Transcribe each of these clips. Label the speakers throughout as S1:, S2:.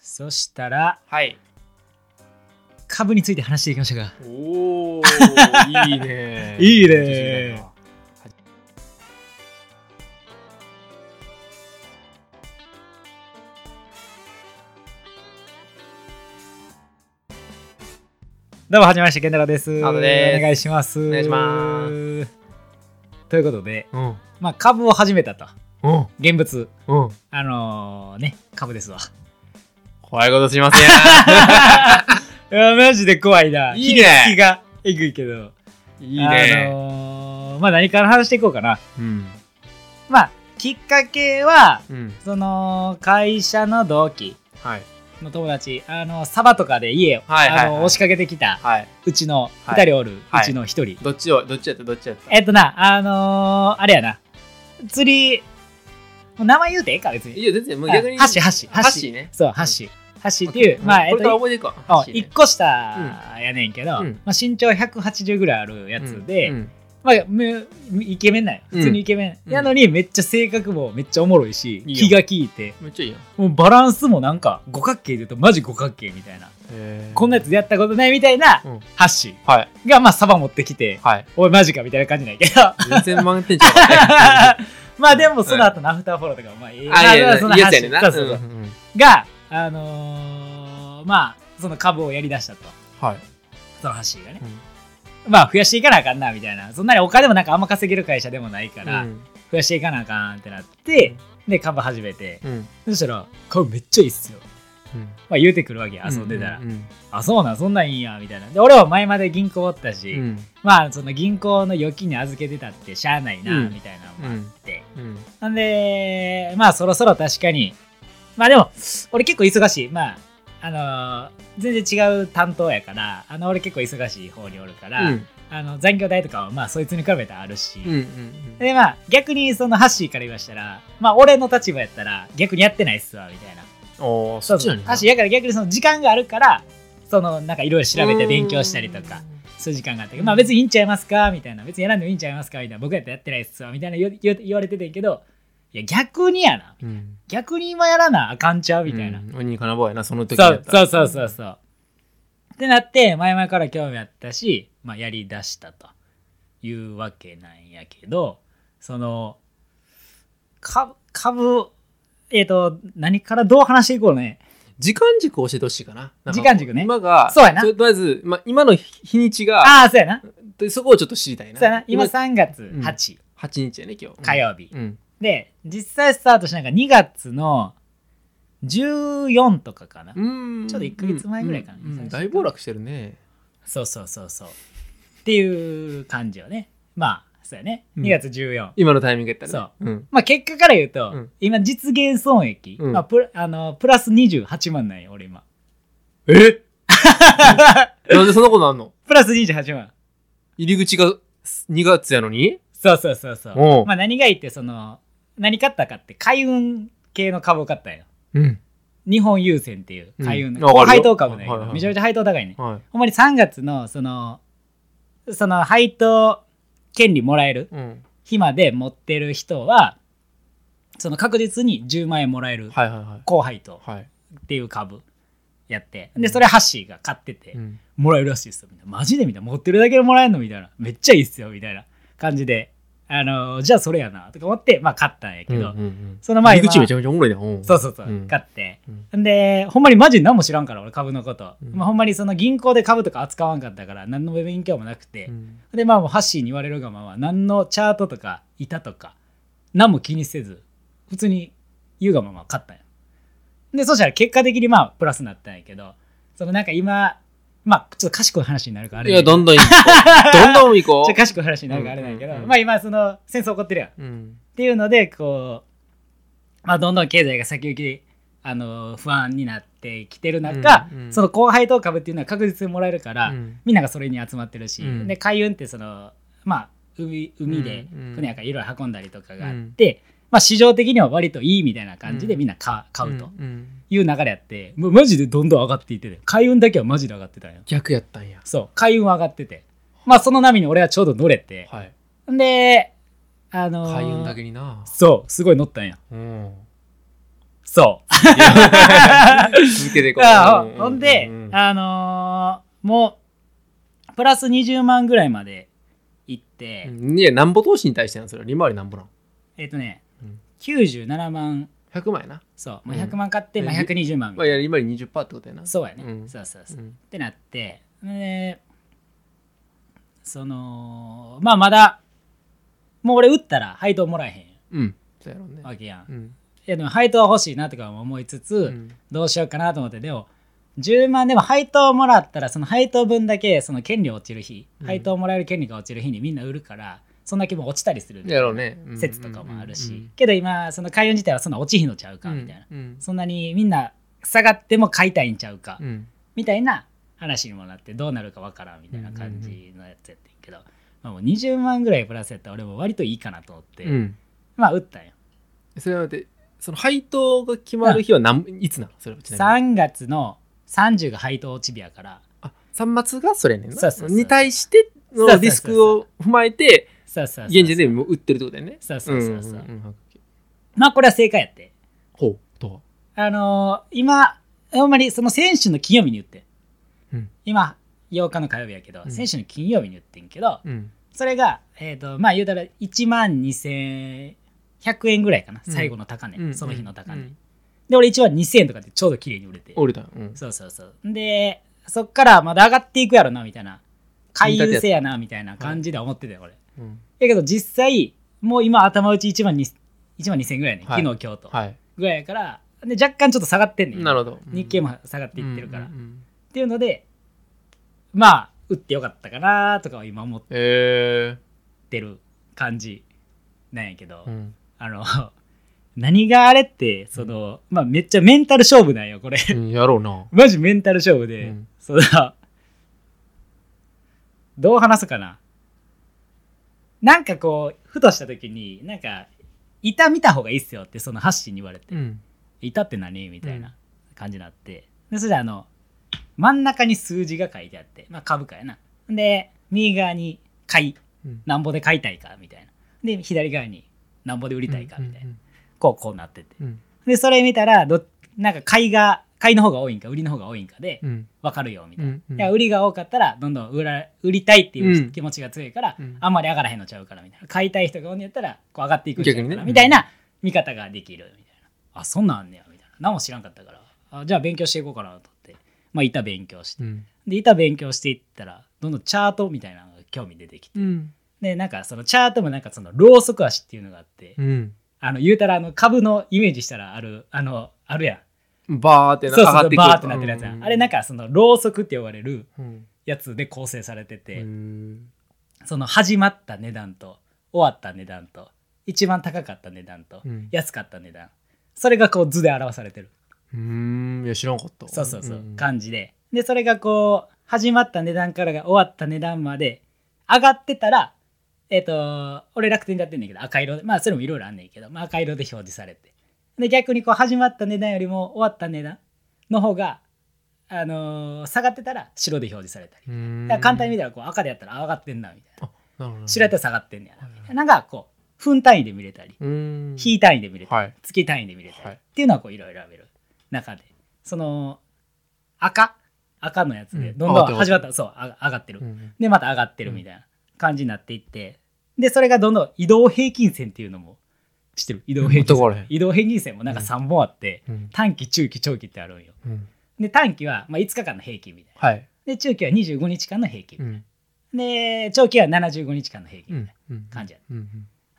S1: そしたら
S2: はい。
S1: 株について話していきましたが。
S2: おお、いいね
S1: いいね。どうもはじめまして健太郎です
S2: アドです
S1: お願いします
S2: お願いします
S1: ということで、
S2: うん。
S1: まあ、株を始めたと
S2: うん。
S1: 現物
S2: うん。
S1: あのーね株 ですわ
S2: 怖いことしますね。
S1: いやマジで怖いない
S2: いね
S1: 気がえ ぐいけど
S2: いいね。
S1: あのーまあ何から話していこうかな
S2: うん。
S1: まあきっかけは
S2: うん。
S1: その会社の同期
S2: はい。
S1: の友達あのサバとかで家を、
S2: はいはいはい
S1: あの押しかけてきた
S2: はい。
S1: うちの
S2: はい
S1: 2人おる、
S2: はいう
S1: ちの1人、
S2: どっちを、どっちやったどっちやった
S1: えっとなあのーあれやな釣りもう名前言うてええか別
S2: い
S1: に
S2: や、全然、もう
S1: あ
S2: 逆に。
S1: ハシハシ
S2: ハ
S1: ハ
S2: ッ
S1: シ
S2: シーね。
S1: そうハッシーハッシーっていう、
S2: ん
S1: まあえっ
S2: これから
S1: と
S2: 覚えていこう。ハッシーね
S1: 1個下やねんけど、
S2: うん
S1: まあ、身長180ぐらいあるやつで、
S2: うん
S1: まあ、むイケメンなんよ普通にイケメン、
S2: うん
S1: やのにめっちゃ性格もめっちゃおもろいし
S2: いいよ
S1: 気が利いて
S2: めっちゃいいよ。
S1: もうバランスもなんか五角形で言うとマジ五角形みたいなこんなやつやったことないみたいな
S2: うん
S1: ハッシ
S2: はい。
S1: ーがまあサバ持ってきて
S2: はい。
S1: おいマジかみたいな感じないけど
S2: 全然満点じゃ
S1: まあでもその後のアフターフォローとかまあええ
S2: ん。 あ、いやい
S1: ま
S2: や、
S1: あ
S2: い
S1: そ
S2: い
S1: んな
S2: やつ
S1: 話
S2: やねんな。
S1: そうそうそう
S2: うんうんうん
S1: があのーまあその株をやりだしたと
S2: はい。
S1: そのハッシーがね
S2: うん
S1: まあ増やしていかなあかんなみたいなそんなにお金もなんかあんま稼げる会社でもないから
S2: うん
S1: 増やしていかなあかんってなってで株始めて
S2: うん。
S1: そしたら株めっちゃいいっすよ
S2: うん
S1: まあ言うてくるわけ遊んでたら
S2: うんうん
S1: あそうなんそんなんいいんやみたいなで俺は前まで銀行おったし、
S2: うん
S1: まあその銀行の預金に預けてたってしゃあないな、
S2: うん
S1: みたいなの
S2: う
S1: もあっ
S2: ん
S1: て、
S2: うん
S1: なんでまあそろそろ確かにまあでも俺結構忙しいまああのー全然違う担当やからあの俺結構忙しい方におるから、
S2: うん
S1: あの残業代とかはまあそいつに比べたらあるし、
S2: うんうん
S1: でまあ逆にそのハッシーから言わしたらまあ俺の立場やったら逆にやってないっすわみたいな
S2: おー
S1: そ
S2: そうっち
S1: そ
S2: な
S1: うん
S2: や
S1: ハッシーやから逆にその時間があるからそのなんかいろいろ調べて勉強したりとかそういう時間があったけど、まあ別にいいんちゃいますかみたいな、別にやらんでもいいんちゃいますかみたいな、僕やったらやってないっすわ、みたいな言言言われててんけど、いや逆にやな。
S2: うん
S1: 逆に今やらなあかんちゃうみたいな。
S2: うん鬼かなぼうやなその時
S1: そ
S2: だっ
S1: うそう
S2: た
S1: そうそうそう。ってなって、前々から興味あったし、まあやりだしたというわけなんやけど、その、か株、えっ、と、何からどう話していこうね。
S2: 時間軸を教えてほしいかななんか
S1: 時間軸ね
S2: 今が
S1: そうやな
S2: ととりあえずま今の日にちが
S1: ああ、そうやな。
S2: でそこをちょっと知りたいな
S1: そうやな。今3月8、
S2: 8日やね今日
S1: 火曜日。
S2: うん
S1: で実際スタートしたのが2月の14とかかな、
S2: うん
S1: ちょうど一ヶ月前ぐらいかな
S2: うんうん
S1: 最初
S2: 大暴落してるね
S1: そうそうそうそうっていう感じよねまあそうやね
S2: うん
S1: 2月14、
S2: 今のタイミングやったらねうん
S1: まあ結果から言うと、
S2: うん
S1: 今実現損益、
S2: うん
S1: まあ、プラあのプラス28万なんよ俺今
S2: えなんでそんなことあんの
S1: プラス28万
S2: 入り口が2月やのに
S1: そうそうそうそう
S2: おう
S1: まあ何がいいってその何買ったかって海運系の株を買ったんよ
S2: うん日
S1: 日本郵船っていう海運
S2: うんわ
S1: の、
S2: かるよ
S1: 配当株なんやけど、
S2: はいはい
S1: めちゃめちゃ配当高いね
S2: はい
S1: ほんまに3月のそのその配当権利もらえる
S2: うん
S1: 日まで持ってる人はその確実に10万円もらえる
S2: はいはいはい
S1: 高配当
S2: はい
S1: っていう株やってでそれハッシーが買ってて
S2: うん
S1: もらえるらしいですよみたいなマジでみたいな持ってるだけでもらえるのみたいなめっちゃいいっすよみたいな感じであのーじゃあそれやなとか思ってまあ買ったんやけど、
S2: うんうんうん
S1: その前
S2: 入り口め
S1: 今
S2: ちゃめちゃおもろいねん
S1: そうそうそう、
S2: うん
S1: 買ってでほんまにマジ何も知らんから俺株のこと、
S2: うん
S1: まあ、ほんまにその銀行で株とか扱わんかったから何の勉強もなくて、でまあもうハッシーに言われるがまま何のチャートとか板とか何も気にせず普通に言うがまま勝ったんやでそしたら結果的にまあプラスになったんやけどそのなんか今まあちょっと賢い話になるからあれ
S2: い
S1: や
S2: や、
S1: けど
S2: どんどん行こ う。どんどん行こ
S1: ちょっと賢い話になるからあれなんやけど、
S2: うんうんうん
S1: まあ今その戦争起こってるやんっ
S2: う。うん。
S1: ていうのでこうまあどんどん経済が先行きあの不安になってきてる中、
S2: うんうん
S1: その高配当株っていうのは確実にもらえるから、
S2: うん
S1: みんながそれに集まってるし、
S2: うん
S1: で海運ってそのまあ海海で
S2: うんうん
S1: 船やからいろいろ運んだりとかがあって、まあ、市場的には割といいみたいな感じで
S2: うん
S1: みんなか買うと
S2: ん
S1: いう流れやって、もうマジでどんどん上がっていってて海運だけはマジで上がってたんよ
S2: 逆やったんや。
S1: そう海運は上がっててまあその波に俺はちょうど乗れて
S2: はい。
S1: であのー
S2: 海運だけにな。
S1: そうすごい乗ったんや
S2: うん。
S1: そう
S2: 続けていこう。
S1: あ
S2: う
S1: ほんで、
S2: ううん
S1: あのーもう、プラス20万ぐらいまで行って、
S2: うんいや、なんぼ投資に対してなんそれ。利回りなんぼなん。
S1: えっ、とね、
S2: うん
S1: 97万、
S2: 100万やな。
S1: そう、まあ、
S2: うん
S1: 100万買って、
S2: え
S1: まあ、
S2: り
S1: 120万み
S2: ま
S1: たい
S2: あ、い
S1: な
S2: や、利回り20%ってことやな。
S1: そうやね、
S2: うん
S1: そうそうそう。
S2: うん
S1: ってなって、で、その、まあまだ、もう俺打ったら配当もらえへ
S2: うん。そうやろうね
S1: ん。わけやん。
S2: う
S1: い
S2: ん。
S1: やでも配当は欲しいなとかも思いつつ、
S2: うん
S1: どうしようかなと思って、でも、10万でも配当もらったら、その配当分だけ、その権利落ちる日、
S2: うん
S1: 配当もらえる権利が落ちる日にみんな売るから、そんだけもう落ちたりする
S2: やろうね。うん
S1: 説とかもあるし、けど今、その開運自体はそんな落ちひんのちゃうか、みたいな。。
S2: うんうん
S1: そんなにみんな下がっても買いたいんちゃうか
S2: う、ん。
S1: みたいな話にもなって、どうなるかわからんみたいな感じのやつやってんけど、まあもう20万ぐらいプラスやったら俺も割といいかなと思って、
S2: うん。
S1: まあ打ったんよ。
S2: それは待って、その配当が決まる日は何、いつなのそれはちなみに。
S1: 3月の30が配当落ち日やから、
S2: あ、三末がそれやねんな。
S1: そうそうそう
S2: に対して
S1: そうそうそ
S2: の
S1: う
S2: リスクを踏まえて、
S1: そうそうそうそう
S2: 現時点でもう売ってるってことやね。
S1: そうそうそうそうん
S2: んん
S1: まあこれは正解やって。
S2: ほう。とは。
S1: あのー今、あんまりその選手の金曜日に言って、
S2: うん
S1: 今、8日の火曜日やけど、
S2: うん
S1: 選手の金曜日に言ってんけど、
S2: うん。
S1: それが、えっ、と、まあ言うたら1万2100円ぐらいかな、
S2: うん
S1: 最後の高値、
S2: うん
S1: その日の高値。
S2: うん
S1: で、俺1万2000円とかでちょうど綺麗に売れて。
S2: 折れた。うん。
S1: そうそうそう。で、そっからまだ上がっていくやろな、みたいな。回遊性やな、みたいな感じで思ってたよ、俺。
S2: うん
S1: やけど実際、もう今頭打ち1万 2000, 1万2000円ぐらいね、
S2: はい
S1: 昨日、今日と。
S2: はい。
S1: ぐらいやからで若干ちょっと下がってんねん
S2: なるほど。
S1: 日経
S2: も
S1: も下がっていってるから、
S2: うん
S1: っ
S2: うんうん
S1: ていうのでまあ打ってよかったかなとかは今思っ
S2: え
S1: てる感じなんやけど、
S2: ーうん
S1: あの 何があれってその、まあめっちゃメンタル勝負なんよこれ
S2: うん。やろうな。
S1: マジメンタル勝負で、
S2: うん
S1: そのどう話すかななんかこうふとした時になんか板見た方がいいっすよってそのハッシーに言われて、
S2: うん。
S1: 板って何みたいうな感じになって、でそれであの真ん中に数字が書いてあって、まあ、株価やなで右側に買い
S2: うん
S1: なんぼで買いたいかみたいなで左側になんぼで売りたいかみたいな、
S2: うん
S1: こうこうなってて
S2: うん
S1: でそれ見たらどなんか買いが買いの方が多いんか売りの方が多いんかで
S2: うん
S1: 分かるよみ
S2: う
S1: たいな、
S2: んうん
S1: いや売りが多かったらどんどん売ら売りたいっていううん気持ちが強いから、
S2: うん
S1: あんまり上がらへんのちゃうからみたいな買いたい人がおんねやったらこう上がっていくんちゃうかな
S2: 逆にね
S1: みたいな見方ができるみたいなあそんなんあんねやみたいな何も知らんかったからあじゃあ勉強していこうかなと思ってまあ板勉強して
S2: うん
S1: で板勉強していったらどんどんチャートみたいなのが興味出てきて
S2: うん
S1: でなんかそのチャートもなんかそのローソク足っていうのがあって
S2: うん
S1: あの言うたらあの株のイメージしたらあるあのあるやん
S2: バーって
S1: そうそ
S2: な
S1: う
S2: 上がってく
S1: バーってなってるやつや
S2: うん
S1: あれなんかそのローソクって呼ばれる
S2: うん
S1: やつで構成されてて、
S2: うん
S1: その始まった値段と終わった値段と一番高かった値段と
S2: うん
S1: 安かった値段それがこう図で表されてる
S2: うんいや知らんかった
S1: そうそうそう、
S2: ん
S1: 感じででそれがこう始まった値段からが終わった値段まで上がってたらえっ、と俺楽天でやってんだけど赤色でまあそれもいろいろあんねんけど、まあ、赤色で表示されてで逆にこう始まった値段よりも終わった値段の方があのー下がってたら白で表示されたり、
S2: うん
S1: だから簡単に見たらこう赤でやったらあ上がってんなみたいな
S2: なるほど
S1: 白やったら下がってんねやな
S2: はいはい
S1: みたいな。なんかこう、分単位で見れたり、
S2: うん
S1: 日単位で見れたり、
S2: はい
S1: 月単位で見れたり、
S2: はい
S1: っていうのはこういろいろ選べる中で、その赤、赤のやつで、
S2: うん
S1: どんどん
S2: 上がってる
S1: 始まったら、そう、あ上がってる
S2: う。ん
S1: で、また上がってるみたいな感じになっていって、で、それがどんどん移動平均線っていうのも、知ってる移動平均
S2: 全く分から
S1: 線
S2: へん。
S1: 移動平均線もなんか3本あって、
S2: うん
S1: 短期、中期、長期ってあるんよ。
S2: うん
S1: で、短期はまあ5日間の平均みたいな。
S2: はい
S1: で、中期は25日間の平
S2: う
S1: 均。
S2: ん
S1: で、長期は75日間の平均みたいな。
S2: うん
S1: 感じや
S2: う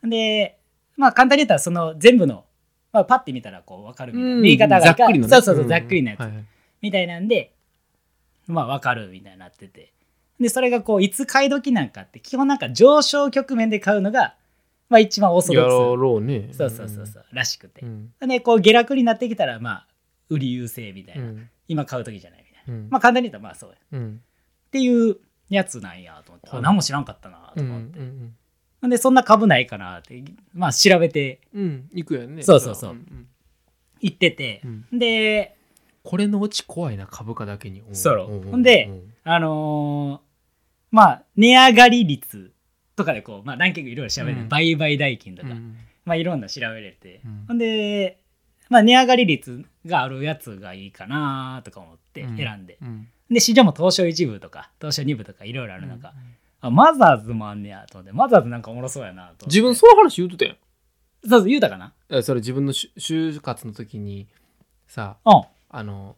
S2: ん
S1: で、まあ簡単に言ったらその全部の、まあ、パッて見たらこう分かるみたいな、
S2: うん
S1: 見方が
S2: ざっくりのね
S1: そうそうそうざっくりのやつ、
S2: うんはい
S1: みたいなんでまあ分かるみたいになっててでそれがこういつ買い時なんかって基本なんか上昇局面で買うのが、まあ、一番オーソ
S2: や
S1: ドック
S2: ろうね
S1: スそうそうそうそうらしくて
S2: う、ん
S1: でこう下落になってきたらまあ売り優勢みたいうな、
S2: ん
S1: 今買う時じゃないみたいな、
S2: うん
S1: まあ簡単に言ったらまあそうやっ
S2: うん
S1: ていうやつなんやと思って、あ
S2: うん
S1: 何も知らんかったなと
S2: うん
S1: 思って、
S2: うん
S1: でそんな株ないかなってまあ調べて
S2: うん行くやんね
S1: そうそうそうん
S2: ん
S1: 行ってて
S2: う、ん
S1: で
S2: これのうち怖いな株価だけに
S1: そうやろ
S2: ん
S1: ほんで
S2: うん
S1: あのーまあ値上がり率とかでこう、まあ、ランキングいろいろ調べる、
S2: うん
S1: 売買代金と
S2: う
S1: か、
S2: ん
S1: まあ、いろんな調べれて、
S2: うん
S1: ほんでまあ、値上がり率があるやつがいいかなとか思って選んで、
S2: うん
S1: で市場も東証一部とか東証二部とかいろいろある中、あマザーズもあんねやと思ってマザーズなんかおもろそうやなと思って
S2: 自分その話言うとったやん
S1: そうそう言うたかな
S2: えそれ自分の就就活の時にさ
S1: うんは
S2: あの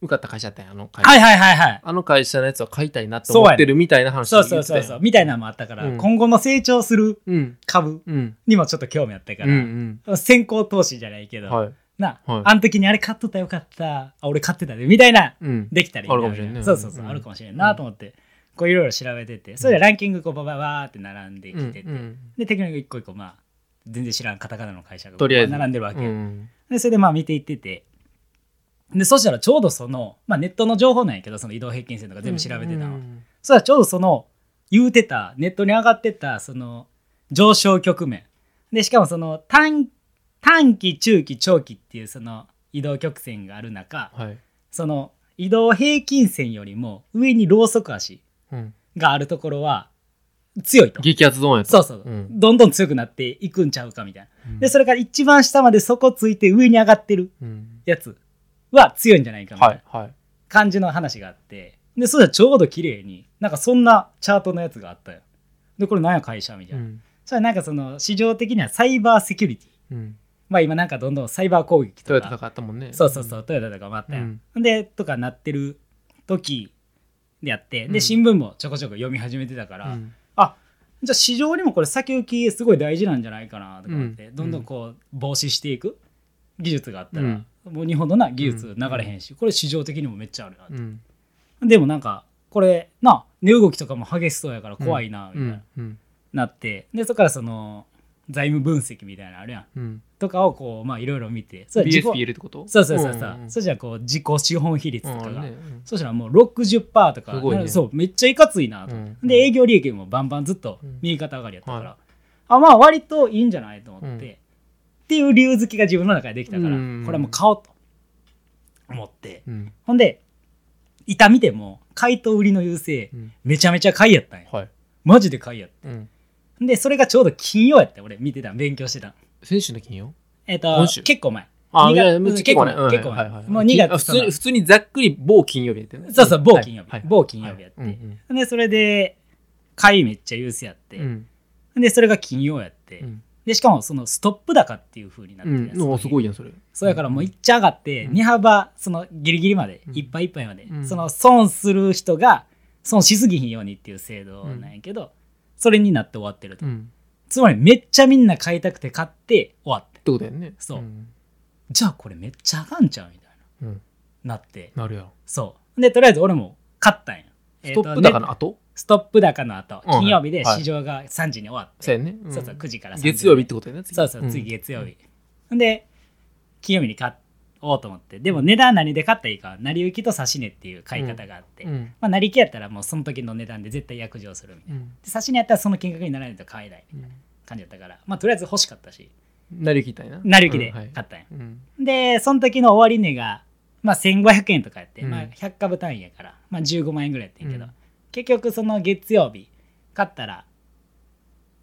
S2: 受かった会社あったやんあの会
S1: い
S2: 社、
S1: はいはいはい
S2: あの会社のやつは買いたいなと
S1: そう
S2: 思
S1: やね
S2: ってるみたいな話
S1: そうそうそうそううみたいなのもあったから、
S2: うん
S1: 今後の成長する
S2: うん
S1: 株
S2: うん
S1: にもちょっと興味あった
S2: う
S1: か
S2: んう
S1: ら、
S2: ん
S1: 先行投資じゃないけど、
S2: はい
S1: な、
S2: はい
S1: あの時にあれ買っとったらよかったあ俺買ってたでみたいな
S2: うん
S1: できたらいいな
S2: あるかもしれんね
S1: そうそうそう、
S2: うん
S1: あるかもしれんなと思ってこういろいろ調べててそれでランキングこうバババーって並んでき
S2: うん
S1: てて、
S2: うん
S1: でテクニック一個一個まあ全然知らんカタカナの会社が
S2: とりあえず
S1: 並んでるわけ、
S2: うん
S1: でそれでまあ見ていっててでそしたらちょうどその、まあ、ネットの情報なんやけどその移動平均線とか全部調べてたの、
S2: うん
S1: そしたらちょうどその言うてたネットに上がってたその上昇局面でしかもその短短期中期長期っていうその移動曲線がある中
S2: はい
S1: その移動平均線よりも上にローソク足
S2: うん
S1: があるところは強いと
S2: 激アツゾーンやった
S1: そうそう、
S2: うん
S1: どんどん強くなっていくんちゃうかみたいな
S2: うん
S1: でそれから一番下まで底ついて上に上がってる
S2: うん
S1: やつは強いんじゃないかみたい
S2: は
S1: ない
S2: はい
S1: 感じの話があってでそれはちょうど綺麗になんかそんなチャートのやつがあったよでこれ何や会社みたいな、
S2: うん
S1: それはなんかその市場的にはサイバーセキュリティ
S2: うん
S1: まあ今なんかどんどんサイバー攻撃
S2: ト
S1: と
S2: ヨタ
S1: か
S2: とかあったもんね
S1: そうそうそうトヨタとかもあったよ、ん、でとかなってる時であって
S2: う
S1: で
S2: ん
S1: 新聞もちょこちょこ読み始めてたか
S2: う
S1: ら、
S2: ん
S1: あじゃあ市場にもこれ先行きすごい大事なんじゃないかなとか思って、
S2: うん
S1: どんどんこう防止していく技術があったら、
S2: うん
S1: もう日本のな技術流れへんし、これ市場的にもめっちゃあるな、
S2: うん
S1: でもなんかこれな値動きとかも激しそうやから怖いなみたい
S2: う
S1: な、
S2: んうん
S1: なってでそこからその財務分析みたいなのあるやん
S2: うん
S1: とかをこうまあいろいろ見てそれ自己
S2: BSPL ってこと
S1: そうそうそうそう、
S2: んんん
S1: そしたらこう自己資本比率とか
S2: うん
S1: が、
S2: あるねうん
S1: そしたらもう60%とか
S2: すごいね
S1: なるそうめっちゃいかついなと、
S2: うん
S1: で営業利益もバンバンずっと
S2: うん
S1: 右肩上がりやったから、
S2: は
S1: あまあ割といいんじゃないと思って、
S2: うん
S1: っていう理由付けが自分の中でできたから、
S2: うん
S1: これはもう買おうと思って
S2: うん
S1: ほんで痛みでも買いと売りの優勢
S2: うん
S1: めちゃめちゃ買いやったんや
S2: はい
S1: マジで買いやっ
S2: うん
S1: たでそれがちょうど金曜やった俺見てた勉強してた
S2: 先週の金曜
S1: えっ、
S2: 今
S1: と
S2: 週
S1: 結構前
S2: あ、
S1: 二
S2: い
S1: 月
S2: や、
S1: うん
S2: 結
S1: 結構
S2: 構
S1: ね
S2: ね。
S1: 結構ね
S2: はいはいはい
S1: もう二月
S2: あ普通に、普通にざっくり某金曜日やってね
S1: そうそう某金曜日、
S2: はいはい
S1: 某金曜日やって、
S2: はいうん
S1: でそれで買いめっちゃ優勢やって、
S2: うん
S1: でそれが金曜やって、
S2: うん
S1: でしかもそのストップ高っていう風になって
S2: う
S1: る
S2: ん
S1: やつ、
S2: うん。おすごいやん、それ。
S1: そうやからもういっちゃ上がって、
S2: うん
S1: 値幅そのギリギリまで、
S2: うん
S1: いっぱいいっぱいまで、
S2: うん
S1: その損する人が損しすぎひんようにっていう制度なんやけど、それになって終わってると、
S2: うん。
S1: つまりめっちゃみんな買いたくて買って終わって
S2: ってことやんね。
S1: そうんじゃあこれめっちゃ上がんちゃうみたい
S2: うん。
S1: ななって
S2: なるやん。
S1: そうでとりあえず俺も買ったんや
S2: ストッ
S1: えー
S2: プ
S1: と
S2: だか
S1: ね
S2: ら後
S1: ストップ高の後金曜日で
S2: はい
S1: 市場が3時に終わって、
S2: そうやんね。ん
S1: そうそう9時から3時
S2: 月曜日ってことやね。次
S1: そうそう、次。月曜日。ん、で、金曜日に買おうと思って、でも値段何で買ったらいいか、成り行きと差し値っていう買い方があって、
S2: うんうん。
S1: まあ、成り行きやったらもうその時の値段で絶対約定するみたいな。
S2: うん
S1: で差し値やったらその金額にならないと買えないみたい
S2: うん
S1: な感じだったから、まあとりあえず欲しかったし、
S2: なりきったんやな。
S1: 成り行きで
S2: うんは
S1: 買
S2: い
S1: ったんや。
S2: うん。
S1: で、その時の終値が、まあ1500円とかやって、
S2: うん
S1: まあ100株単位やから、まあ15万円ぐらいやってんけど、
S2: うん
S1: 結局その月曜日買ったら、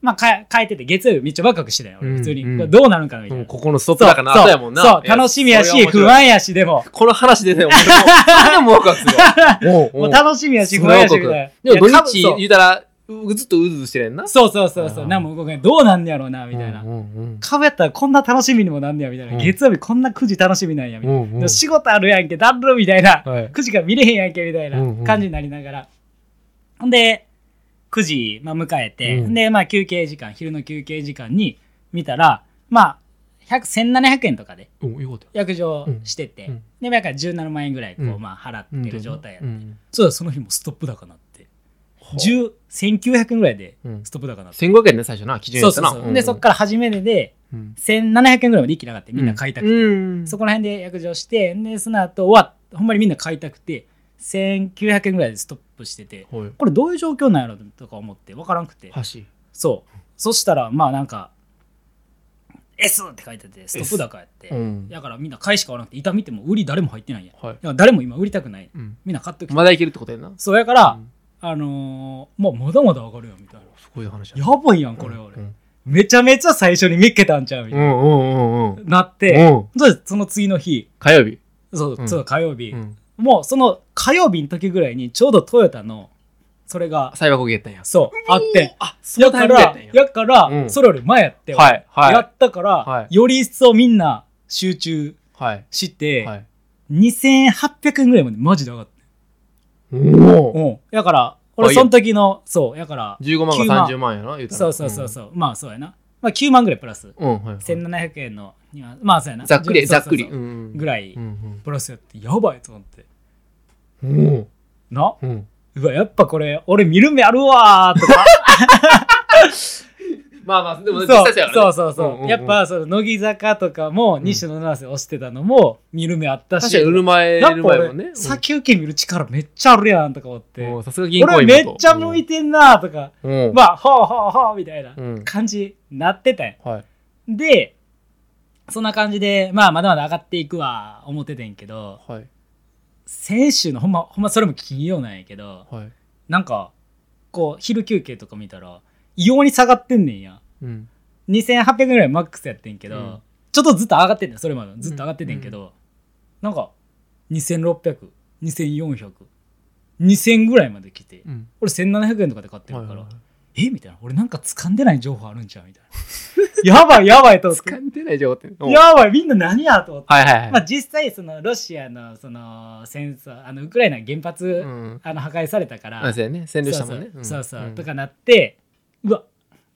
S1: まあか変えてて月曜日めっちゃワクワクしてたよ俺普通に、
S2: うんうん
S1: これどうなるんかなみたい
S2: も
S1: な
S2: うここのストップだから後やもんな。
S1: そうそう
S2: いや
S1: 楽しみや
S2: それ
S1: し、
S2: は面白い
S1: 不安やし、でも。
S2: この話でね、俺も、あれもワクワクするわ
S1: も
S2: お
S1: う
S2: う
S1: 楽しみやし、
S2: す
S1: 不
S2: ごい
S1: 安
S2: ワ
S1: や
S2: ク
S1: し、み
S2: ワク
S1: たいな。
S2: でも
S1: いや
S2: 土
S1: 株
S2: 日言うたら、うずっとうずうずしてるやんな。
S1: そうそうそうそうそう、
S2: うん
S1: なんも動かない。どうなんねやろうな、みたいな
S2: う。んうんうん
S1: 株やったらこんな楽しみにもなんねや、みたいな。
S2: うん
S1: 月曜日こんな9時楽しみなんや、みたい
S2: うんう
S1: な。
S2: ん
S1: 仕事あるやんけ、だるみたいな。
S2: はい。
S1: 9時から見れへんやんけ、みたい
S2: うんう
S1: なん感じになりながら。ほんで、9時、まあ、迎えて、
S2: うん
S1: で、まあ、休憩時間、昼の休憩時間に見たら、まあ、100 1700円とかで、
S2: およかったよ
S1: 約定してて、
S2: うんうん
S1: で、まあ、だから17万円ぐらい、こう、
S2: うん
S1: まあ、払っ
S2: うん。
S1: てる状態やった。
S2: うん
S1: そうだ、その日もストップ高なって。
S2: はあ
S1: 10 1900円ぐらいで
S2: うん
S1: ストップ高なって。
S2: 1500円ね、最初な、基準
S1: そ
S2: や
S1: う
S2: っ
S1: そ
S2: た
S1: う
S2: な。
S1: そう、
S2: ん
S1: で、そこから初め値で
S2: うん
S1: 1700円ぐらいまで一気に上がって、みんな買いたくて。
S2: うん
S1: そこら辺で約定して、で、その後終わっほんまにみんな買いたくて、1900円ぐらいでストップしてて、
S2: はい
S1: これどういう状況なんやろとか思って、分からんくて。
S2: 箸
S1: そう。そしたら、まあなんか、S って書いてて、ストップ高やって。
S2: ん
S1: だからみんな買いしかおらなくて、板見ても売り誰も入ってないやん。だ
S2: はい
S1: から誰も今売りたくない。
S2: うん
S1: みんな買っときて。
S2: まだいけるってことやな
S1: そうやから、
S2: うん
S1: あのーもうまだまだ上がるよみたいな。
S2: すごい話
S1: や
S2: っ
S1: ばいやん、これ、俺。
S2: うん
S1: めちゃめちゃ最初に見っけたんちゃうみた
S2: う
S1: い
S2: んうんうんうん。
S1: な。なっ
S2: う
S1: て、
S2: ん
S1: そしてその次の日、
S2: 火曜日。
S1: そうう、
S2: ん
S1: その火曜日、
S2: うん。
S1: もうその火曜日の時ぐらいにちょうどトヨタの、それが、
S2: サイバー攻撃やったんや。
S1: そう、あって、
S2: あ、そ
S1: や
S2: のタ
S1: か
S2: イミングやっ
S1: ら
S2: たんや、。
S1: やから、
S2: うん
S1: それより前やって、
S2: はい、
S1: や
S2: は
S1: ったから、
S2: はい
S1: より一層みんな集中
S2: い。はい。
S1: して、
S2: はい。
S1: 2800円ぐらいまでマジで上がった。
S2: おお。
S1: うん。やから、
S2: あい
S1: 俺
S2: いや
S1: その時の、そう、やから、
S2: 15万が30万やな、言うたら。
S1: そうそうそうそう、まあそうやな。まあ9万ぐらいプラス。
S2: うん。うん、はいはい。
S1: 1700円の、今まあそうやな。
S2: ざっくり、
S1: そ
S2: ざ
S1: う
S2: っ
S1: そうそう
S2: くり。うん
S1: ぐ
S2: らい。
S1: らい
S2: うん
S1: プラスやって、やばいと思って。
S2: うん。おお。
S1: な
S2: うん。
S1: うわ、やっぱこれ、俺見る目あるわーとか。
S2: まあまあ、でも
S1: そう
S2: 実際そうやから
S1: そ
S2: ね
S1: うそうそう。
S2: んんん
S1: やっぱ、その、乃木坂とかも、西野七瀬推してたのも、見る目あったし。
S2: 確かに売る前、
S1: な
S2: 売
S1: ん
S2: る
S1: か
S2: 前もね
S1: 俺、。先受け見る力めっちゃあるやんとか思って。
S2: うんうんさすが銀行
S1: 俺
S2: 員
S1: めっちゃ向いてんなとか、
S2: て
S1: まあ、ほうほうほうみたいな
S2: うん
S1: 感じになってたんや。
S2: はい。
S1: で、そんな感じで、まあ、まだまだ上がっていくわ、思っててんけど、
S2: はい。
S1: 先週の、ほんま、ほんまそれも金曜なんやけど、
S2: はい。
S1: なんか、こう、昼休憩とか見たら、異様に下がってんねんや。
S2: うん。
S1: 2800円ぐらいマックスやってんけど、
S2: うん
S1: ちょっとずっと上がってんねん、それまで。ずっと上がっててんけど、なんか、2600、2400、2000ぐらいまで来て、
S2: うん。
S1: 俺1700円とかで買ってる
S2: はい
S1: から、
S2: はいはい
S1: えみたいな。俺なんか掴んでない情報あるんちゃうみたいな。 やばいやばいと思って
S2: 掴。んでない情報って。うん
S1: やばいみんな何やと思って。
S2: はいはい
S1: まあ
S2: はい。
S1: 実際そのロシアのその戦争、あのウクライナ原発、
S2: うん。
S1: あの破壊されたから、
S2: あ、そうやね。占領し
S1: そ
S2: た
S1: うそ
S2: もんね
S1: う。そうそう、
S2: ん
S1: と。かなって、うわ、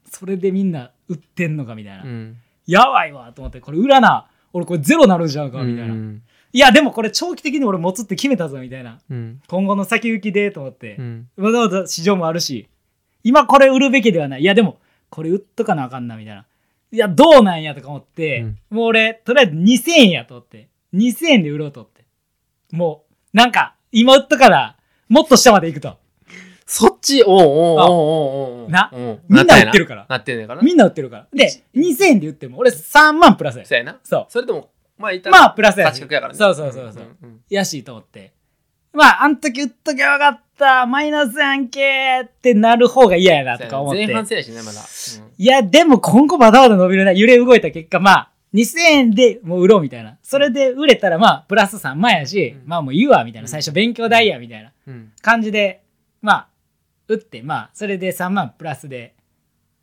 S1: それでみんな売ってんのかみたいな。
S2: うん。
S1: やばいわと思って、これ売らな、俺これゼロなるんちゃうかみたいな。
S2: うん。
S1: いやでもこれ長期的に俺持つって決めたぞみたいな。
S2: うん。
S1: 今後の先行きでと思って。
S2: うん。
S1: わざわざ市場もあるし、今これ売るべきではない。いや、でも、これ売っとかなあかんな、みたいな。いや、どうなんやとか思って、
S2: うん
S1: もう俺、とりあえず2000円やと思って、2000円で売ろうと思って。もう、なんか、今売っとかな、もっと下まで行くと。
S2: そっち、おうおう
S1: あ
S2: おうおうおう
S1: な
S2: うん
S1: みんな
S2: たや
S1: 売ってるから
S2: なってんねんからな。
S1: みんな売ってるから。で、2000円で売っても、俺3万プラスや。
S2: そうやな。
S1: そ
S2: それでも、まあ、言っ
S1: う。
S2: たら
S1: まあ、プラスや
S2: 価
S1: し。
S2: 値格やからね。
S1: そうそうそうそう。
S2: んん
S1: やしと思って。まあ、あの時売っときゃよかった、マイナスやんけーってなる方が嫌やなとか思って。
S2: 前半戦やしね、まだ。うん
S1: いや、でも今後まだまだ伸びるな。揺れ動いた結果、まあ、2000円でもう売ろうみたいな。それで売れたら、まあ、プラス3万やし、
S2: うん
S1: まあもう言うわ、みたいな。最初勉強代や、みたいな
S2: うん。
S1: 感じで、まあ、売って、まあ、それで3万プラスで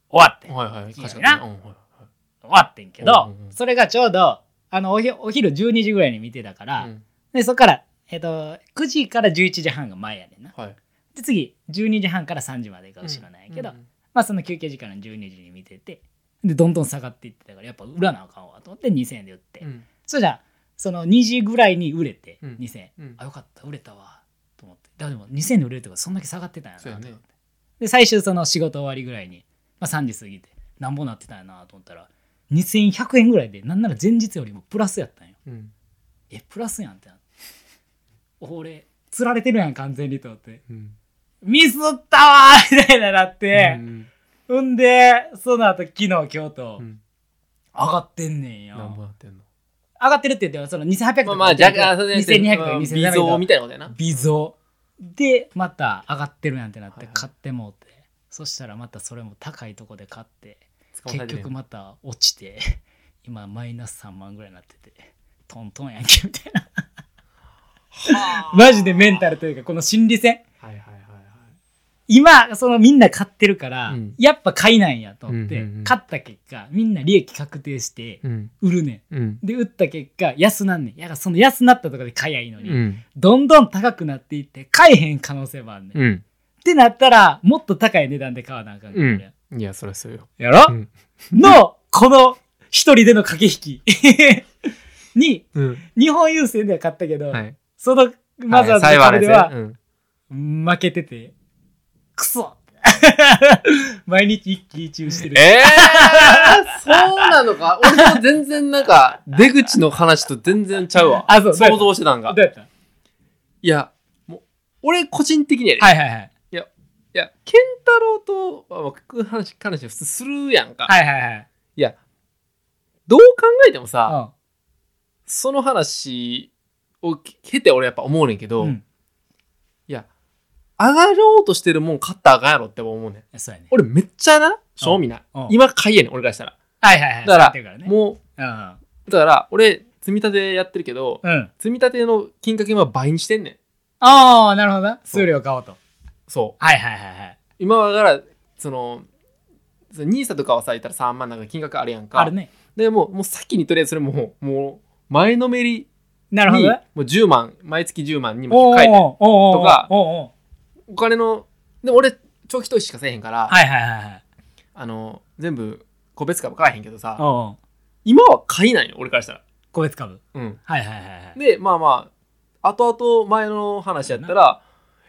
S1: 終わって、終
S2: はいはい。
S1: いいよな
S2: 確かにねうんはいはい
S1: わってんけど
S2: うんうんう、ん
S1: それがちょうど、あのおひ、お昼12時ぐらいに見てたから、
S2: うん
S1: で、そっから、えっと、9時から11時半が前やねんな。
S2: はい。
S1: で、次、12時半から3時までが後ろなんやけど、
S2: うん
S1: まあその休憩時間の12時に見ててでどんどん下がっていってたからやっぱ売らなあかんわと思って2000円で売って、
S2: うん
S1: それじゃあその2時ぐらいに売れて
S2: うん
S1: 2000円、
S2: うん
S1: あよかった売れたわと思ってだからでも2000円で売れるってことはそんだけ下がってたんやなと
S2: そう
S1: 思
S2: や
S1: って、
S2: ね。
S1: で最終その仕事終わりぐらいに、まあ、3時過ぎてなんぼなってたんやなと思ったら2100円ぐらいでなんなら前日よりもプラスやったんよ
S2: うん。
S1: えプラスやんってなって俺釣られてるやん完全にと思って
S2: うん。
S1: ミスったわーみたいななって、
S2: うん
S1: ほんで、その後、昨日、今日と、
S2: うん
S1: 上がってんねんよ。
S2: 何本やってんの
S1: 上がってるって言っても、その2800と
S2: ま
S1: か
S2: あまあ、若干、
S1: 2200とか
S2: 微
S1: 2700と
S2: 増
S1: か
S2: みたいなことやな。
S1: 微増。で、また上がってるやんってなっ
S2: はい
S1: て
S2: はい
S1: 買ってもうて、そしたらまたそれも高いとこで買って、
S2: 捕ま
S1: 結
S2: えてるやん
S1: 局また落ちて、今マイナス3万ぐらいになってて、トントンやんけみたいな。マジでメンタルというか、この心理戦。
S2: はいはいはいはい。
S1: 今そのみんな買ってるから、
S2: うん
S1: やっぱ買いなんやと思って、
S2: うんうんうん
S1: 買った結果みんな利益確定して
S2: うん。
S1: 売るね
S2: うん。
S1: んで売った結果安なんねんやからその安なったとかで買いゃいいのに、
S2: うん。
S1: どんどん高くなっていって買えへん可能性もあんねん、っ
S2: うん。
S1: てなったらもっと高い値段で買わなあかんから、
S2: うんいや、そりゃそうよ。
S1: やろ、
S2: うん
S1: のこの一人での駆け引き に
S2: うん。
S1: 日本郵政では買ったけど、
S2: はい。
S1: そのマザーズ
S2: は
S1: の
S2: いサイバー
S1: 壁
S2: の
S1: で
S2: や
S1: は
S2: つねうん
S1: 負けてて、クソ 毎日一喜一憂してる。
S2: えー、そうなのか俺も全然なんか、出口の話と全然ちゃうわ。
S1: あそう
S2: 想像してたんが
S1: ど。うやった
S2: いや、もう、俺個人的にやで、
S1: はいはいはい。
S2: いや、ケンタロウと、まあまあ、こういう話、話を普通するやんか。
S1: はいはいはい。
S2: いや、どう考えてもさ、その話を聞けて俺やっぱ思うねんけど、
S1: うん。うん
S2: いや、上がろうとしてるもん買ったらあかんやろって思うねん。
S1: そうやね
S2: 俺めっちゃな、賞味な
S1: うん。
S2: 今買いやねん、俺からしたら。
S1: はいはいはい
S2: だから
S1: そうやってるね
S2: も
S1: う
S2: う、だから俺、積み立てやってるけど、
S1: んうん
S2: 積み立ての金額今倍にしてんねん。
S1: ああなるほどな数量買おうと
S2: そう。
S1: はいはいはいはい
S2: 今はだから、その、その NISA とかはさ、言ったら3万なんか金額あるやんか。
S1: あるね
S2: でもう、もう先にとりあえずそれもう、もう、前のめり
S1: なるほ
S2: に、
S1: ど
S2: も
S1: ね
S2: う10万、毎月10万にも
S1: おー
S2: 引っ換えて、
S1: おーおー
S2: とか
S1: おーおー
S2: お金の、でも俺、長期投資しかせえへんから、
S1: はいはいはいはい
S2: あの、全部、個別株買えへんけどさ、
S1: おうおう
S2: 今は買いないよ、俺からしたら。
S1: 個別株
S2: うん。
S1: はいはいはいはい
S2: で、まあまあ、後々前の話やったら、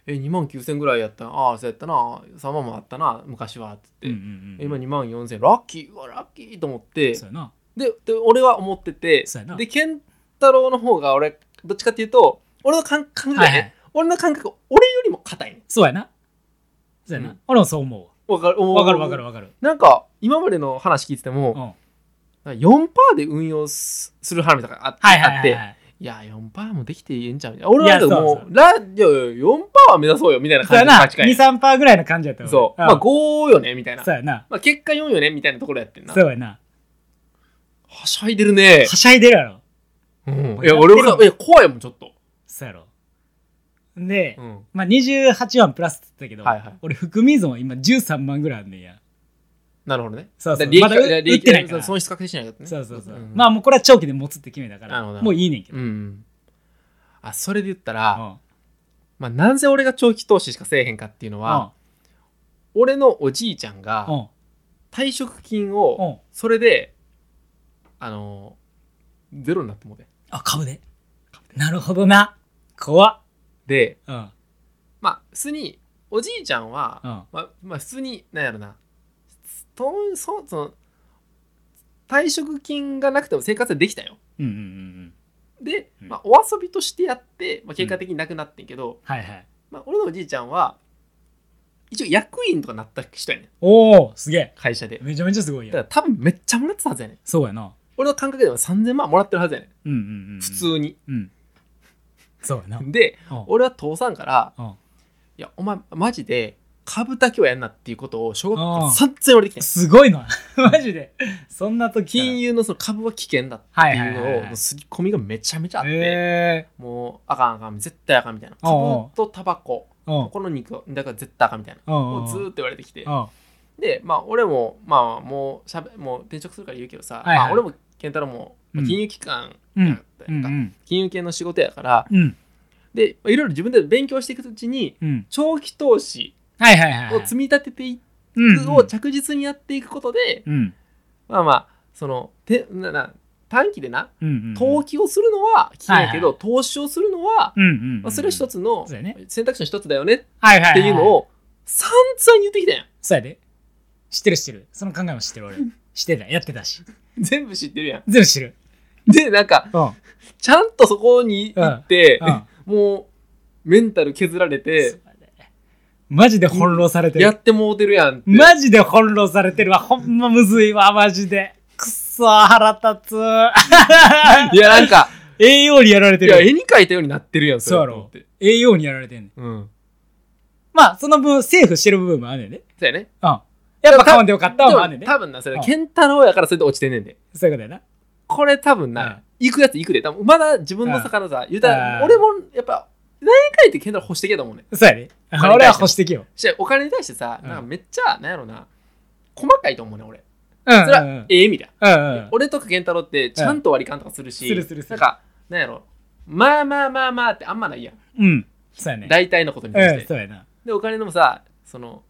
S2: え、2万9000ぐらいやったな、ああ、そうやったな、3万もあったな、昔は、つって。
S1: うんうんうん
S2: 今2万4000ラッキーうわラッキーと思って
S1: そうやな
S2: でで俺は思ってて
S1: そうやな
S2: で健太郎の方が俺どっちかっていうと俺の感感覚だ
S1: は
S2: ね、
S1: いはい
S2: 俺の感覚俺よりも硬い
S1: そうやなそうや
S2: う
S1: なん俺もそう思
S2: のわかる
S1: う
S2: わ
S1: わかるわかるわかる
S2: なんか今までの話聞いてても、
S1: うん
S2: なんか4%で運用すする話みたいなのがあ,、
S1: はいはい
S2: あっ
S1: はい
S2: て
S1: はい
S2: いや4%もできていいんちゃうみたいな俺はなんか
S1: いやそう
S2: も
S1: そう
S2: うラいやいや4%は目指そうよみたいな
S1: そう
S2: 感
S1: や
S2: じの
S1: な
S2: 価値観や
S1: 23%ぐらいの感じやった
S2: そう、まあ5よねみたいな、
S1: そうやな
S2: まあ、結果4よねみたいなところやってんな
S1: そうやな
S2: はしゃいでる
S1: は
S2: ね
S1: しゃいでるやろ
S2: うん
S1: もう
S2: いや、
S1: や
S2: 俺
S1: ってるも
S2: は、
S1: ん
S2: いや、怖いもん、ちょっと。
S1: そうやろで
S2: うん。
S1: まあ28万プラスって言ったけど
S2: はいはい
S1: 俺含み損今13万ぐらいあんねんや
S2: なるほどね。
S1: そうそう
S2: だ利益
S1: まだ
S2: いや
S1: 売ってないから
S2: 損失確定しないからね。
S1: そうそうそう
S2: うん
S1: まあもうこれは長期で持つって決めたか
S2: なるほどな
S1: ら
S2: る
S1: も
S2: ほど
S1: ういいねんけど
S2: う
S1: うん
S2: ん。あ、それで言ったら、
S1: うん
S2: まあ、なんせ俺が長期投資しかせえへんかっていうのは、俺のおじいちゃん
S1: うんう
S2: が、
S1: ん
S2: 退職金
S1: う
S2: を、
S1: ん
S2: それで、あのー、ゼロになってもうて。
S1: あ株でなるほどな怖っ
S2: で、
S1: うん
S2: まあ、普通に、おじいちゃんは、
S1: うん
S2: まあ、まあ、普通に、なんやろな、とそその、退職金がなくても生活はできたよ。
S1: うんうんうんうん
S2: で、
S1: うん
S2: まあ、お遊びとしてやって、まあ、結果的になくなってんけど、
S1: はいはい
S2: まあ、俺のおじいちゃんは一応役員とかなった人やねん
S1: おおすげえ
S2: 会社で
S1: めちゃめちゃすごい
S2: だか
S1: や
S2: ら多分めっちゃもらってたはずやねん
S1: そうやな
S2: 俺の感覚では3000万もらってるはずやねん
S1: うんうんうんうん
S2: 普通に、
S1: うんそうやな
S2: で
S1: うん
S2: 俺は父さんから
S1: うん
S2: 「いやお前マジで株だけはやんな」っていうことを小学校
S1: うん
S2: 散々言われてきてん
S1: すごいな マジでそんな時
S2: 金
S1: 融
S2: 融のその株は危険だって
S1: はい
S2: い
S1: は
S2: う
S1: い
S2: の
S1: はい
S2: を
S1: は
S2: も
S1: いう
S2: 刷り込みがめちゃめちゃあって、
S1: え
S2: もうあかんあかん絶対あかんみたいな
S1: うんうん
S2: 株とタバコ
S1: ー、うん
S2: この肉はだから絶対あかんみたいな
S1: うん
S2: もうずーっと言われてきて
S1: うん
S2: でまあ俺もまあもうしゃべもう転職するから言うけどさ、
S1: はいはい
S2: まあ、俺も健太郎も
S1: うん
S2: 金融機関
S1: う
S2: やっ
S1: ん
S2: たや
S1: うん
S2: か、
S1: ん
S2: 金融系の仕事やから
S1: うん
S2: でまあいろいろ自分で勉強していくうちに
S1: うん
S2: 長期投資
S1: はいはいはい
S2: を
S1: はい
S2: 積み立ててい
S1: うんうん
S2: くを着実にやっていくことで、
S1: うん
S2: まあまあそのてなな短期でな
S1: うんうん
S2: 投機をするのは危険やけど、
S1: は
S2: 投資をするのは、
S1: うんうんうん
S2: まあ、それは一つの
S1: そうやね
S2: 選択肢の一つだよねっ
S1: はいはいは
S2: ていうのを散々言ってきたやん
S1: そうやで知ってる知ってるその考えも知って る俺知ってたやってたし
S2: 全部知ってるやん
S1: 全部知ってる
S2: でなんか
S1: うんうん
S2: ちゃんとそこに行って、もうメンタル削られ
S1: そ
S2: て
S1: うや でマジで翻弄されて
S2: や
S1: る
S2: ってもうてるやんって、
S1: マジで翻弄されてるわほんまむずいわマジでくっそー腹立つー
S2: いやなんか
S1: 栄養にやられ
S2: い
S1: て
S2: や
S1: る
S2: 絵に描いたようになってるやん
S1: そうや
S2: と思
S1: ろ
S2: って
S1: 栄養にやられてんねん
S2: うん
S1: まあその分セーフしてる部分もあんねんね
S2: そうやね
S1: うんやっぱ買んでよかったわ
S2: で
S1: もあんねん
S2: も
S1: ね
S2: 多分なそれ
S1: うん
S2: 健太郎やからそれで落ちてんねんで
S1: そういうことやな
S2: これ多分な、行くやつ行くで多分まだ自分の魚さ、言うたら
S1: うん
S2: 俺もやっぱ何回って健太郎欲してけどもんね
S1: そうやで
S2: 金に対しても
S1: 俺は保守的よ
S2: してお金に対してさ、
S1: うん
S2: なんかめっちゃなんやろな細かいと思うねん俺
S1: うんうん
S2: それはええ意味だ
S1: うんうん
S2: 俺とか健太郎ってちゃんと割り勘とかするし、
S1: うんするするする
S2: なんかなんやろまあまあまあまあってあんまないやん、
S1: うんそうやね
S2: 大体のことに対し
S1: うん
S2: て、
S1: そうやな
S2: でお金のもさその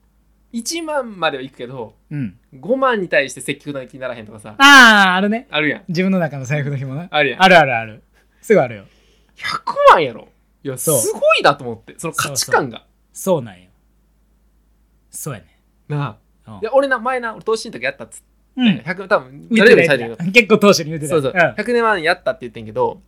S2: 1万まではいくけど
S1: うん
S2: 5万に対して積極的にならへんとかさ
S1: あああるね
S2: あるやん
S1: 自分の中の財布の紐な
S2: あるやん
S1: あるあるあるすぐあるよ
S2: 100万やろいやす
S1: そう
S2: ごいなと思ってその価値観が
S1: そうなんよそうやね
S2: な
S1: う
S2: あ
S1: ん
S2: いや俺な前な俺投資の時やったっつって、
S1: うん
S2: 100多分
S1: 言って
S2: 誰より
S1: た
S2: 最初
S1: 言
S2: に
S1: ってた結構当初に言ってた
S2: そうそう、
S1: ん
S2: 100年前にやったって言ってんけど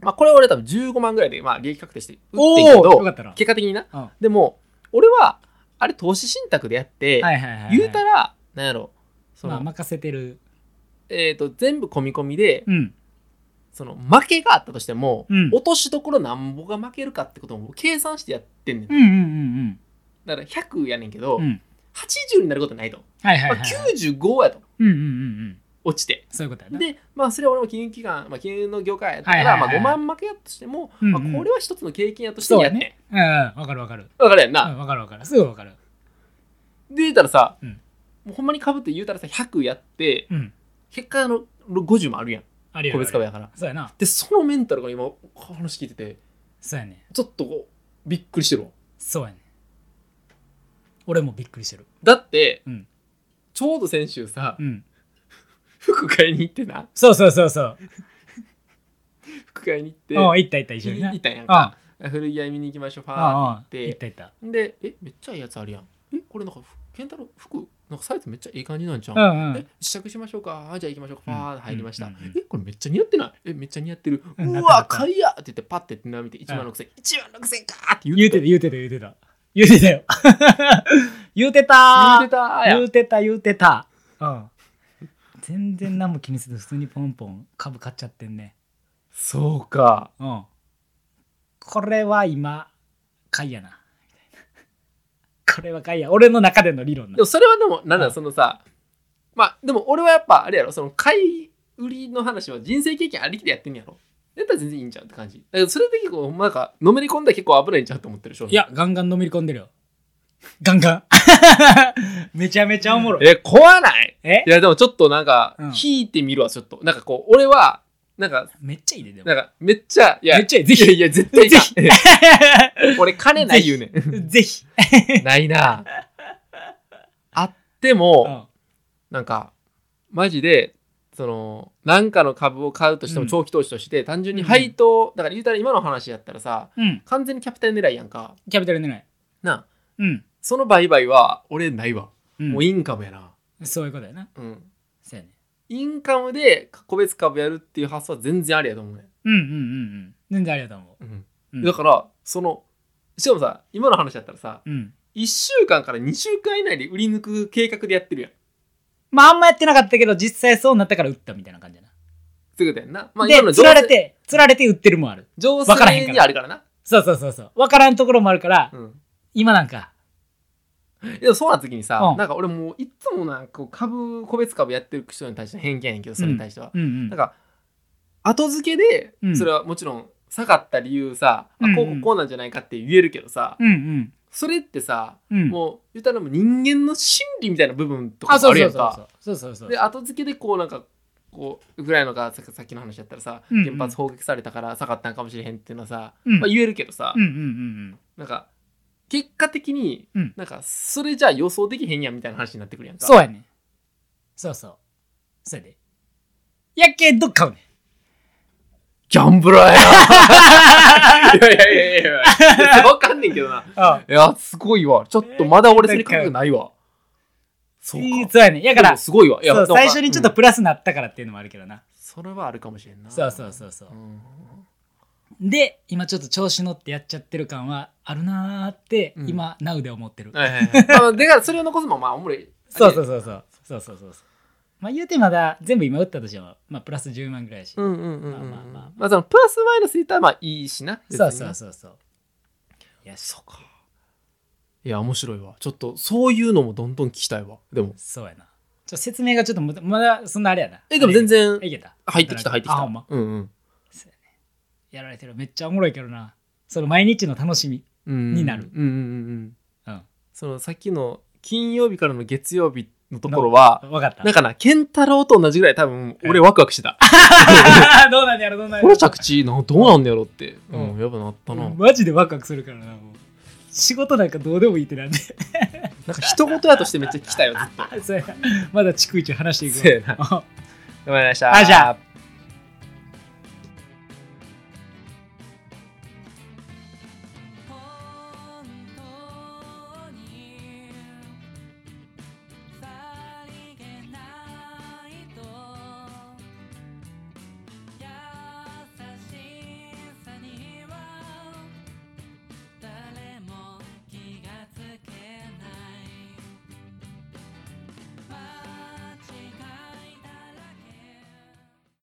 S2: まあこれは俺多分15万ぐらいでまあ利益確定して売ってんけ
S1: おおよか
S2: ど
S1: ったな
S2: 結果的にな
S1: うんは
S2: でも俺はあれ投資信託でやって、
S1: いはいはいはい
S2: 言うたらなんやろその、
S1: まあ任せてる
S2: えー、と全部込み込みで
S1: うん
S2: その負けがあったとしても、
S1: うん
S2: 落としどころなんぼが負けるかってことも計算してやってんねん
S1: うんうんうん
S2: だから100やねんけど、
S1: うんうん
S2: 80になることないと、
S1: はいはい
S2: ま
S1: は
S2: あ
S1: い、はい、
S2: 95やと
S1: うんうんうんうん
S2: 落ちて
S1: そういうことやな
S2: でまあそれは俺も金融機関、まあ、金融の業界やったか
S1: は
S2: ら、
S1: いはいはいはい
S2: まあ、5万負けやとしても、
S1: うん
S2: ま
S1: う
S2: あ、
S1: ん
S2: これは一つの経験やとして
S1: そう
S2: や
S1: や
S2: ってん
S1: ねうんうんわかるわかる
S2: わかるやん
S1: う
S2: な、
S1: んわかるわかるすぐわかる
S2: で言うたらさ、
S1: うん
S2: もうほんまにかぶって言うたらさ100やって
S1: うん
S2: 結果あの50もあるやん
S1: ありや
S2: 個別株
S1: や
S2: やから
S1: そうやな
S2: でそのメンタルが今話聞いてて
S1: そうやね
S2: ちょっとこうびっくりしてるわ
S1: そうやね俺もびっくりしてる
S2: だって、
S1: うん
S2: ちょうど先週さ、
S1: うん
S2: 服買いに行ってな
S1: そうそうそうそう
S2: 服買いに行って
S1: うん行った行った一緒にな
S2: 行ったんやん
S1: あ
S2: か古着屋見に行きましょうファー
S1: あ
S2: っ
S1: あ
S2: て
S1: 行
S2: 行
S1: っ
S2: った
S1: 行った
S2: てでえめっちゃいいやつあるやんえこれなんかふ健太郎服なんかサイズめっちゃいい感じなんじゃん、
S1: うんうん
S2: え試着しましょうかあじゃあ行きましょうかファーって入りました、
S1: うんうんうん
S2: えこれめっちゃ似合ってないえめっちゃ似合ってる、
S1: う
S2: うん
S1: な
S2: わ
S1: ったなった
S2: 買いやって言ってパッてってな見て1万6000円、1万6000円かーって
S1: 言
S2: 言
S1: う
S2: って
S1: てた言うてた言うてた言うてた よ言うてたー
S2: 言うてたーや
S1: 言うてた言うてたうん全然何も気にせず普通にポンポン株買っちゃってんね
S2: そうか
S1: うんこれは今買いやな みたいなこれは買いや俺の中での理論な
S2: でもそれはでもなんだ、
S1: うん
S2: そのさまあでも俺はやっぱあれやろその買い売りの話は人生経験ありきでやってんやろやったら全然いいんちゃうって感じだけどそれで結構ほんまなんかのめり込んだら結構危ないんちゃうと思ってるでしょ
S1: いやガンガンのめり込んでるよガンガ ンめちゃめちゃおもろい
S2: え怖ない
S1: え
S2: いやでもちょっとなんか
S1: うん
S2: 引いてみるわちょっと、なんかこう俺はなんか
S1: めっちゃいいででも
S2: なんかめっちゃいや
S1: めっちゃいいぜ
S2: いや
S1: ひ
S2: いや絶対いかん俺金ない言うね
S1: ぜひ、
S2: んないなあって
S1: う
S2: も
S1: ん
S2: なんかマジでそのなんかの株を買うとして
S1: う
S2: も
S1: ん
S2: 長期投資として単純に配当、だから言うたら今の話やったらさ
S1: うん、
S2: 完全にキャピタル狙いやんか
S1: キャピタル狙い
S2: なあ
S1: うん、
S2: その売買は俺ないわ、
S1: うん、
S2: もうインカムやな
S1: そういうことやな
S2: うん
S1: そうやね
S2: インカムで個別株やるっていう発想は全然ありやと思うね、
S1: うんうんうんうん全然ありがとう思
S2: うん
S1: う、うん、
S2: だからそのしかもさ今の話やったらさ
S1: うん
S2: 1週間から2週間以内で売り抜く計画でやってるやん
S1: まああんまやってなかったけど実際そうなったから打ったみたいな感じやな、
S2: そういうことやんな、まあ、今の
S1: で
S2: 情
S1: 釣られ
S2: 勢
S1: て釣られて売ってるもある
S2: 情
S1: わからへんか
S2: 勢
S1: ら
S2: にあるからな
S1: そうそうそうそう分からんところもあるから、
S2: うん
S1: 今なんか
S2: でもそうなった時にさ、
S1: うん
S2: なんか俺もういつもなんかこう株個別株やってる人に対して偏見やねんけどそれに対しては、
S1: うんうん
S2: なんか後付けで
S1: うん
S2: それはもちろん下がった理由さ、
S1: うん
S2: あこうこうこうなんじゃないかって言えるけどさ、
S1: うんうん
S2: それってさ、
S1: うん
S2: もう言ったらもう人間の心理みたいな部分とか
S1: あ
S2: も
S1: そ
S2: あ
S1: う
S2: る
S1: そ
S2: や
S1: うん
S2: か
S1: そうそうそうそう
S2: で後付けでこうなんかこうぐらいのがささっきの話だったらさ、
S1: うんうん
S2: 原発砲撃されたから下がったんかもしれへんっていうのはさ、
S1: うん
S2: まあ、言えるけどさ、
S1: うんうんうん
S2: なんか結果的に
S1: うん
S2: なんかそれじゃあ予想できへんやんみたいな話になってくるやんか。
S1: そうやねそうそうそれでやけど買うね
S2: ギャンブラーやいやいやいやいやいや。わかんねんけどな。
S1: あ
S2: いや、すごいわ。ちょっとまだ俺それ覚悟ないわ。
S1: そ
S2: そ
S1: うう
S2: か。
S1: やねやか
S2: でも
S1: ら
S2: すごいわ。いや
S1: そう
S2: でも
S1: 最初にちょっと
S2: うん
S1: プラスなったからっていうのもあるけどな、
S2: それはあるかもしれんな。
S1: そうそうそうそう
S2: うん。
S1: で今ちょっと調子乗ってやっちゃってる感はあるなーって、
S2: うん
S1: 今 NOW で思ってる、
S2: はいはいはい。まあで、だからそれを残すのもまあおもろい。
S1: そうそう
S2: そ
S1: そうそうそうそうそうそうまあ言うてまだ全部今打ったとしても、まあ、プラス10万ぐらいやし、
S2: うんうんうんうんうん。
S1: ま
S2: ま
S1: あ
S2: あ
S1: まあまあ
S2: そのプラスマイナスいったらまあいいしな。別に
S1: そ
S2: な
S1: うそうそうそうよし
S2: そうか。いや、面白いわ。ちょっとそういうのもどんどん聞きたいわ。でも。
S1: そうやなちょ説明がちょっとまだまだそんなあれやな
S2: え、でも全然
S1: いけた
S2: 入ってきた入ってきた。
S1: あほんま
S2: うんうん。
S1: やられてるめっちゃおもろいけどなその毎日の楽しみに
S2: に
S1: なる
S2: うんうんうんうん
S1: うん
S2: そのさっきの金曜日からの月曜日のところは
S1: 分かった
S2: なんかな健太郎と同じぐらい多分
S1: うん
S2: 俺ワクワクしてた
S1: どうなんやろどうなんや
S2: こ
S1: ろ
S2: の着地などうなんのやろって
S1: う
S2: うんんやっぱなったななんか
S1: マジでワクワクするからなもう仕事なんかどうでもいいってなんで
S2: 一言や としてめっちゃ聞きたいよずっと
S1: そうやなまだ逐一話していく
S2: そうやな
S1: わ
S2: ごめんなさい
S1: あじゃあ